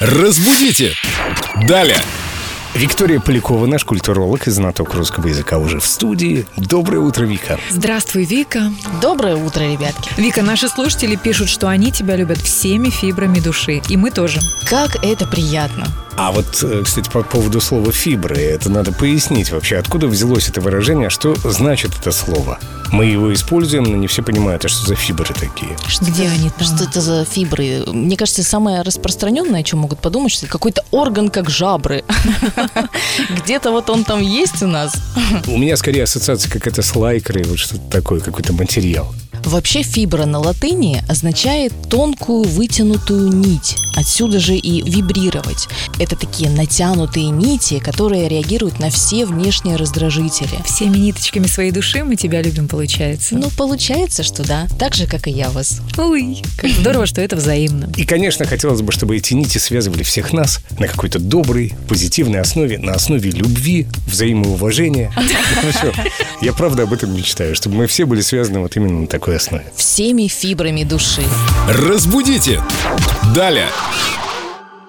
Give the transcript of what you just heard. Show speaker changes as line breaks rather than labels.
Разбудите! Далее!
Виктория Полякова, наш культуролог и знаток русского языка уже в студии. Доброе утро, Вика.
Здравствуй, Вика.
Доброе утро, ребятки.
Вика, наши слушатели пишут, что они тебя любят всеми фибрами души. И мы тоже.
Как это приятно.
А вот, э, кстати, по поводу слова «фибры», это надо пояснить вообще, откуда взялось это выражение, что значит это слово. Мы его используем, но не все понимают, а что за фибры такие.
Что
Где
это-
они там?
Что это за фибры? Мне кажется, самое распространенное, о чем могут подумать, что это какой-то орган, как жабры. Где-то вот он там есть у нас.
У меня скорее ассоциация какая-то с лайкрой, вот что-то такое, какой-то материал.
Вообще фибра на латыни означает тонкую вытянутую нить. Отсюда же и вибрировать. Это такие натянутые нити, которые реагируют на все внешние раздражители.
Всеми ниточками своей души мы тебя любим, получается. Ну,
Ну, получается, что да. Так же, как и я вас.
Ой, как здорово, что это взаимно.
И, конечно, хотелось бы, чтобы эти нити связывали всех нас на какой-то доброй, позитивной основе, на основе любви, взаимоуважения. Ну, всё. Я правда об этом мечтаю, чтобы мы все были связаны вот именно на такой основе.
Всеми фибрами души.
Разбудите! Далее!